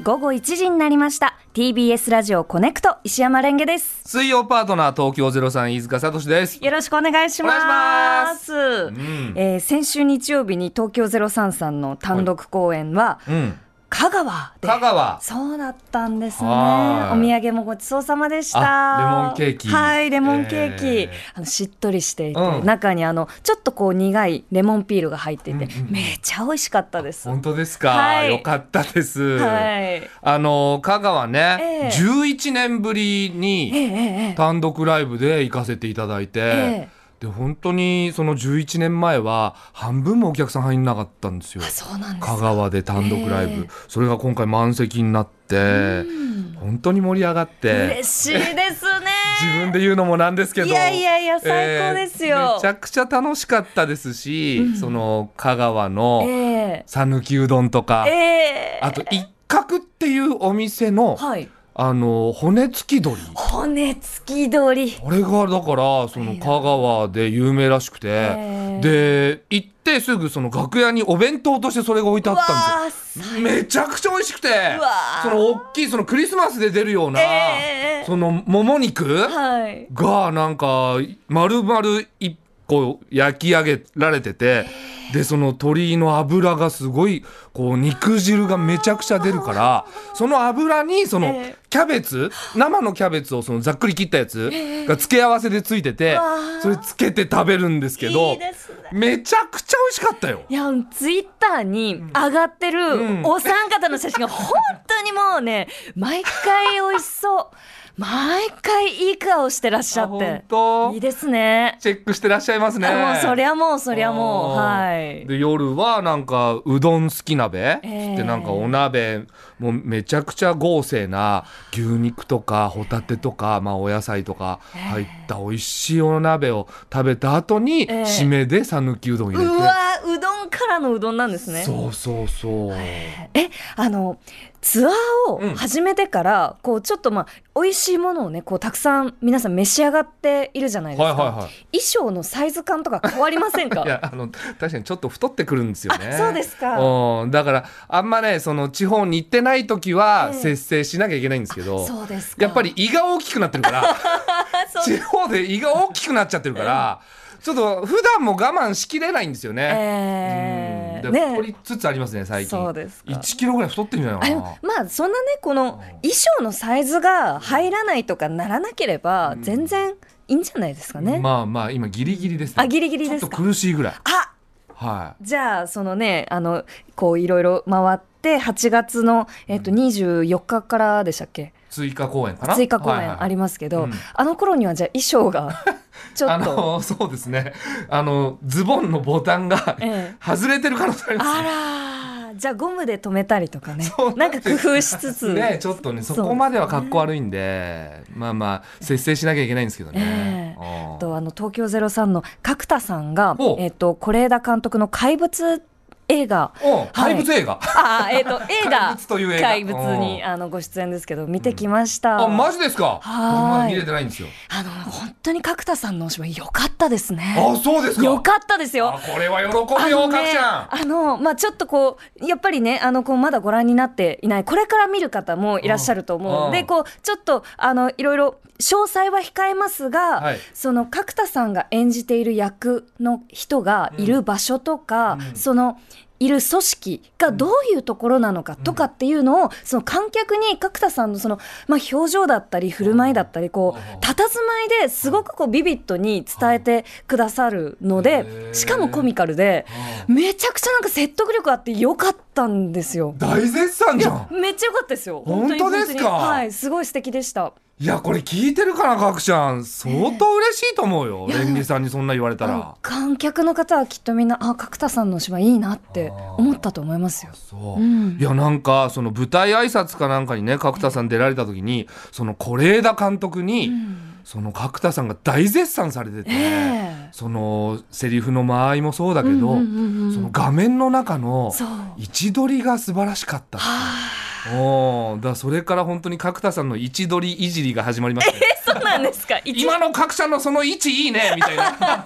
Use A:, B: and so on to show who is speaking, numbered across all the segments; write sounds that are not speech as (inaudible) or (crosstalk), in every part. A: 午後1時になりました TBS ラジオコネクト石山レンゲです
B: 水曜パートナー東京ゼロさん飯塚聡です。
A: よろしくお願いします
B: お願いします
A: うんえー先週日曜日に東京03さんの単独公演は
B: うん。
A: 香川で
B: 香川。
A: そうだったんですね。
B: は
A: お
B: い
A: 土産もごちそうさまでした。
B: あレモンケーキ
A: はい、レモンケーキ。
B: えー
A: あのしっとりしていて、
B: うん
A: 中にあのちょっとこう苦いレモンピールが入っていて、
B: うんうんうん
A: めちゃ美味しかったです。は
B: 本当ですか、
A: はい
B: よかったです。
A: い。
B: あの香川ね、
A: ええ
B: 11年ぶり
A: ええ
B: に
A: ええ
B: 単独ライブで行かせていただいて、
A: ええ
B: で本当にその11年前は半分もお客さん入んなかったんですよ
A: あ、。そうなんですか。
B: 香川で単独ライブ、
A: ええ
B: それが今回満席になって、本当に盛り上がって、
A: 嬉しいですね。
B: 自分で言うのもなんですけど。
A: いやいやいや、最高ですよ。
B: えーめちゃくちゃ楽しかったですし、
A: うん
B: その香川の
A: え
B: 讃岐うどんとか、
A: えええ
B: あと一角っていうお店の、
A: はい。
B: あの骨付き鳥
A: 骨付き鳥。
B: これがだからその香川で有名らしくて、
A: ええ
B: で行ってすぐその楽屋にお弁当としてそれが置いてあったん
A: わあ最
B: ですよ。めちゃくちゃ美味しくて
A: うわー
B: その大きいそのクリスマスで出るような、
A: ええ
B: そのもも肉、
A: はい。
B: がなんか丸々一個焼き上げられててでその鶏の脂がすごいこう肉汁がめちゃくちゃ出るからその油にその
A: ええ
B: キャベツ生のキャベツをそのざっくり切ったやつが付け合わせでついてて
A: わあ
B: それつけて食べるんですけ
A: い
B: ど
A: いですね。
B: めちゃくちゃ美味しかったよ。
A: いや、ツイッターに上がって
B: うん
A: るお三方の写真が本当にもうね、毎回美味しそう。毎回いい顔してらっしゃっ
B: 本
A: て。
B: 当
A: いいですね。
B: チェックしてらっしゃいますね。
A: あもうそりゃもうそりゃもう、はい。
B: で夜はなんかうどん好き鍋、
A: ええ
B: でなんかお鍋もうめちゃくちゃ豪勢な牛肉とかホタテとか、まあ、お野菜とか入った美味しいお鍋を食べた後に、
A: ええ
B: 締めで讃岐うどん入れて
A: うわ、うどんからのうどんなんですね。
B: そうそうそう、
A: え、あの、ツアー
B: うん
A: を始めてから、こう、ちょっとまあ、美味しいものをね、こう、たくさん皆さん召し上がっているじゃないですか。
B: はいはいはい
A: 衣装のサイズ感とか変わりませんか
B: (laughs) いやあの確かにちょっと太ってくるんですよね
A: あそうですか
B: うんだからあんまねその地方に行ってない時は
A: ええ
B: 節制しなきゃいけないんですけど、
A: そうですか。
B: やっぱり胃が大きくなってるから
A: (laughs) そう
B: 地方で胃が大きくなっちゃってるから、ちょっと普段も我慢しきれないんですよね。
A: え
B: う
A: ー
B: ん、
A: ね
B: で太りつつありますね最近。
A: そうですか
B: 1キロぐらい太ってるんじゃな
A: あ
B: い
A: で
B: か
A: も
B: な。
A: まあそんなねこの衣装のサイズが入らないとかならなければ
B: ん
A: 全然いいんじゃないですかね。
B: まあまあ今ギリギリですね。
A: あギリギリで
B: ちょ
A: す
B: っと
A: か。
B: 苦しいぐらい。
A: あ
B: は
A: じゃあそのねあのこういろいろ回って8月のえっと24日からでしたっけ
B: い。追加公演かな。
A: 追加公
B: はいはい
A: 演ありますけど、
B: うん
A: あの頃にはじゃあ衣装がちょ
B: (laughs) あ
A: っと。
B: のそうですね。あのズボンのボタンが (laughs)
A: ええ
B: 外れてる可能性ありますね。
A: あらーじゃあゴムで留めたりとかね
B: そう
A: な
B: なんん
A: か
B: です
A: 工夫しつつ、
B: ね、ちょっとねそこまでは格好悪いんでまあまあ節制しなきゃいけないんですけどね。
A: え
B: うん
A: とあの東京ゼロさんの角田さんが
B: お
A: えっ、と是枝監督の怪物映
B: (laughs)
A: 画
B: お怪物映画、
A: あーえっ、と映
B: 怪
A: 画
B: 物という映画
A: 怪物に
B: うん
A: あのご出演ですけど見てきました。
B: あマジですか
A: はーい
B: 僕まだ見れてないんですよ
A: あの本当に角田さんのお芝居良かったですね。
B: あそうですか
A: 良かったですよ
B: あ。これは喜ぶよ
A: ね
B: かくちゃ
A: あのまあちょっとこうやっぱりねあのこうまだご覧になっていないこれから見る方もいらっしゃると思う
B: う
A: の
B: ん
A: で
B: うん
A: こうちょっとあのいろいろ詳細は控えますが、
B: はい
A: その角田さんが演じている役の人がいる場所とか、
B: うん
A: そのいる組織がどういうところなのかとかっていうのを、その観客に角田さんのその、まあ、表情だったり振る舞いだったりこ
B: うん
A: う佇まいですごくこうビビッドに伝えてくださるの
B: へ
A: で
B: ー
A: しかもコミカルで
B: う
A: めちゃくちゃなんか説得力あってよかったんですよ
B: ん。大絶賛じゃん
A: めっちゃ良かったですよ。に
B: 本当ですか
A: 本当にはい、すごい素敵でした。
B: いやこれ聞いてるかなかくちゃん相当嬉しいと思うよ、
A: ええ
B: レンゲさんにそんな言われた
A: あの
B: ら
A: 観客の方はきっとみんな、あ、角田さんのお芝居いいなって思ったと思いますよ。
B: そう、
A: うん
B: いやなんかその舞台挨拶かなんかにね角田さん出られた時にその是枝監督に、その角田さんが大絶賛されてて、
A: ええ
B: そのセリフの間合いもそうだけど、
A: うんうんうんうん
B: その画面の中の
A: そう。
B: 位置取りが素晴らしかったっていうおーだからそれから本当に角田さんの位置取りいじりが始まりましたよ
A: (laughs) え、そんななんですか一
B: 今の角ちゃんのその位置いいねみた
A: (laughs)
B: いな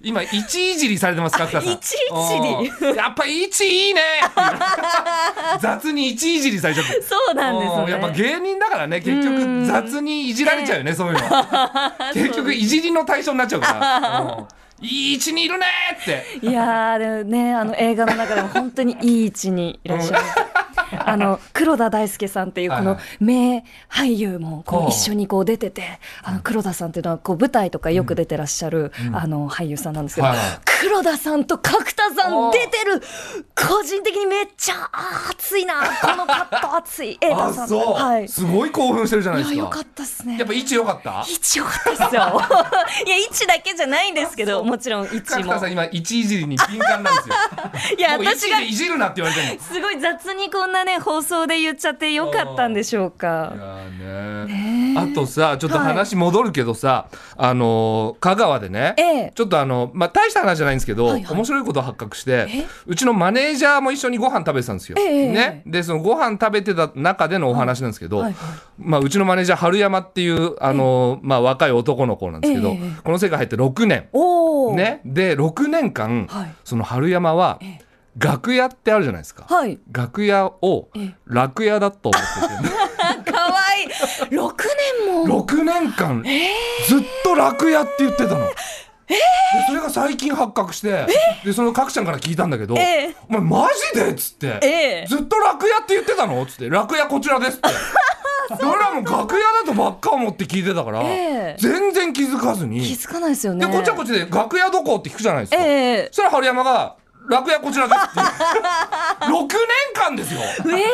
B: 今一いじりされてます角田さん
A: 一い
B: じりやっぱ一
A: (laughs)
B: いいね雑に一いじりされちゃって
A: そうなんです
B: う
A: ね
B: んやっぱ芸人だからね結局雑にいじられちゃうよねそういうの
A: (laughs)
B: は結局いじりの対象になっちゃうからうんいい位置にいるねって
A: いやーでもねあの映画の中でも本当にいい位置にいらっしゃ
B: (laughs)
A: る。あの黒田大輔さんっていうこ
B: はいは
A: の名俳優もこ
B: ほ
A: う
B: う
A: 一緒にこう出ててあの黒田さんっていうのはこう舞台とかよく出てらっしゃる
B: うん
A: あの俳優さんなんですけど
B: はいはい
A: 黒田さんと角田さん
B: おー
A: 出てる個人的にめっちゃあー熱いなこのカット熱い瑛
B: (laughs) あ
A: 太さん
B: そう、
A: はい、い
B: すごい興奮してるじゃないです
A: や
B: か
A: よかったっすね
B: やっぱ位置よかった
A: 一良かったっ
B: (laughs)
A: すよいや一だけじゃないんですけどもちろん一
B: 角
A: も
B: 田さん今一いじりに敏感なんですよ
A: (laughs) いや
B: もう一
A: 私が
B: でいじるなって言われても
A: すごい雑にこんなね放送で言っちゃってよかったんでしょう
B: い
A: (laughs) か。
B: やーねあとさちょっと話戻るけどさ、あのー香川でね、
A: ええ
B: ちょっとあの、まあ、大した話じゃないんですけど、
A: はいはい
B: 面白いこと発覚して
A: え
B: うちのマネージャーも一緒にご飯食べてたんですよ。
A: ええ
B: ね、でそのご飯食べてた中でのお話なんですけど、
A: はいは
B: まあ、うちのマネージャー春山っていうあのー、まあ、若い男の子なんですけど、
A: ええ
B: この世界入って6年。
A: おお。。
B: ね、で6年間、
A: はい
B: その春山は
A: ええ
B: 楽屋ってあるじゃないですか。
A: はい。
B: 楽屋を
A: ええ
B: 楽屋だと思っ
A: (laughs)
B: てて。
A: 可愛いい。六年も。
B: 6年間ずっと楽屋って言ってたの。でそれが最近発覚して、でその角ちゃんから聞いたんだけど
A: ええ
B: 「お前マジで?」っつって
A: ええ
B: 「ずっと楽屋って言ってたの?」っつって「楽屋こちらで
A: (laughs)
B: す」って。で俺らも楽屋だとばっか思って聞いてたから
A: ええ
B: 全然気づかず
A: 気
B: に
A: づかないですよ
B: で
A: ね。
B: こっちはこっちで「楽屋どこ?」って聞くじゃないですか。
A: ええ
B: そしたら春山が「楽屋こちらです」ってい
A: (laughs)
B: う6年間ですよ。
A: ええ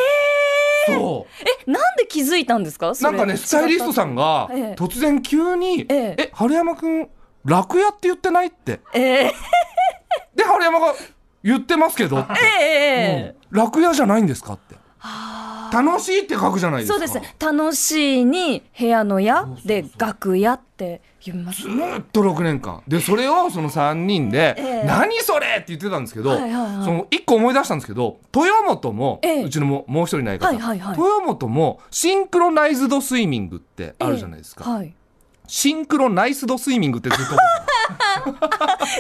B: そう
A: えなんで気づいたんですか。そ
B: な
A: れ
B: んかねスタイリストさんが
A: ええ
B: 突然急に「
A: ええ
B: え春山くん楽屋って言ってない?」って
A: ええ
B: で春山が「言ってますけど」って
A: え
B: うん
A: え
B: 楽屋じゃないんですか?」って
A: はあ
B: 楽しいって書くじゃないです
A: そ
B: か
A: うですね。楽しいに部屋の屋
B: そうそうそう
A: で楽屋って読みます
B: ず。ーっと6年間でそれをその3人で
A: え
B: 「
A: え
B: 何それ!」って言ってたんですけど
A: は
B: そ
A: いはいはい
B: の1個思い出したんですけど豊本も
A: ええ
B: うちのももう一人ない方
A: はい
B: 豊
A: はいはい。
B: 本もシンクロナイズドスイミングってあるじゃないですか
A: はい。
B: シンクロナイズドスイミングってずっと思ってた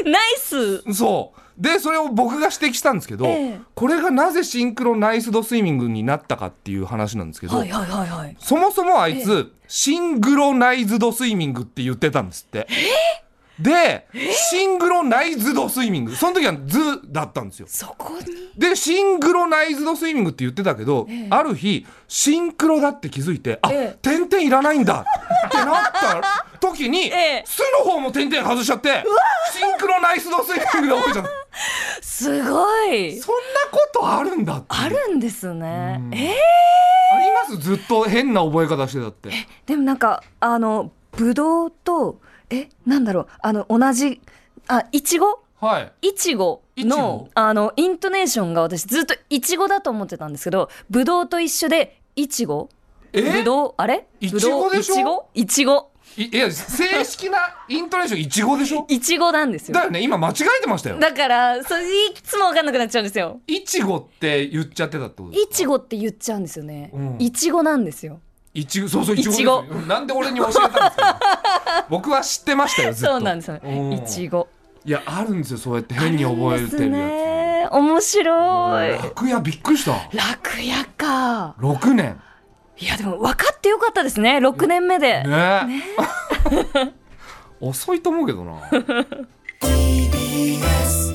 A: ナイス。 (laughs)
B: そうでそれを僕が指摘したんですけど、
A: ええ
B: これがなぜシンクロナイスドスイミングになったかっていう話なんですけど、
A: はいはいはいはい。
B: そもそもあいつ、シングロナイズドスイミングって言ってたんですって。で、シングロナイズドスイミングその時は「ズ」だったんですよ。
A: そこに。
B: でシングロナイズドスイミングって言ってたけど、
A: ええ
B: ある日シンクロだって気づいてあ、
A: ええ
B: 点々いらないんだってなった時に「
A: ええ
B: ス」の方も点々外しちゃってシンクロナイズドスイミングで覚えちゃった。
A: すごい。
B: そんなことあるんだって
A: あるんですね。えー
B: ありますずっと変な覚え方してたって
A: でもなんかあのブドウとえなんだろうあの同じあいちご
B: はい
A: いちごの
B: いちご
A: あのイントネーションが私ずっといちごだと思ってたんですけどブドウと一緒でいちご
B: え
A: ブドウあれ
B: いち
A: ぶ
B: ご
A: どう
B: でしょ
A: いちご
B: いいや正式なイントネーションいちごでしょ
A: いちごなんですよ
B: だよね今間違えてましたよ
A: だからそれいつも分かんなくなっちゃうんですよ
B: いちごって言っちゃってたってことです
A: い
B: か
A: ちごって言っちゃうんですよね
B: うん
A: いちごなんですよ
B: いちごそうそういちご
A: いちご
B: ですよなんで俺に教えたんですか僕は知ってましたよずっと
A: そうなんですよ
B: うん
A: ねいちご
B: いやあるんですよそうやって変に覚
A: あ
B: えて
A: んです
B: るや
A: ね面白い
B: つ楽屋びっくりした
A: 楽屋か
B: 6年
A: いやでも分かってよかったですね6年目で、
B: ね (laughs) 遅いと思うけどな
C: TBS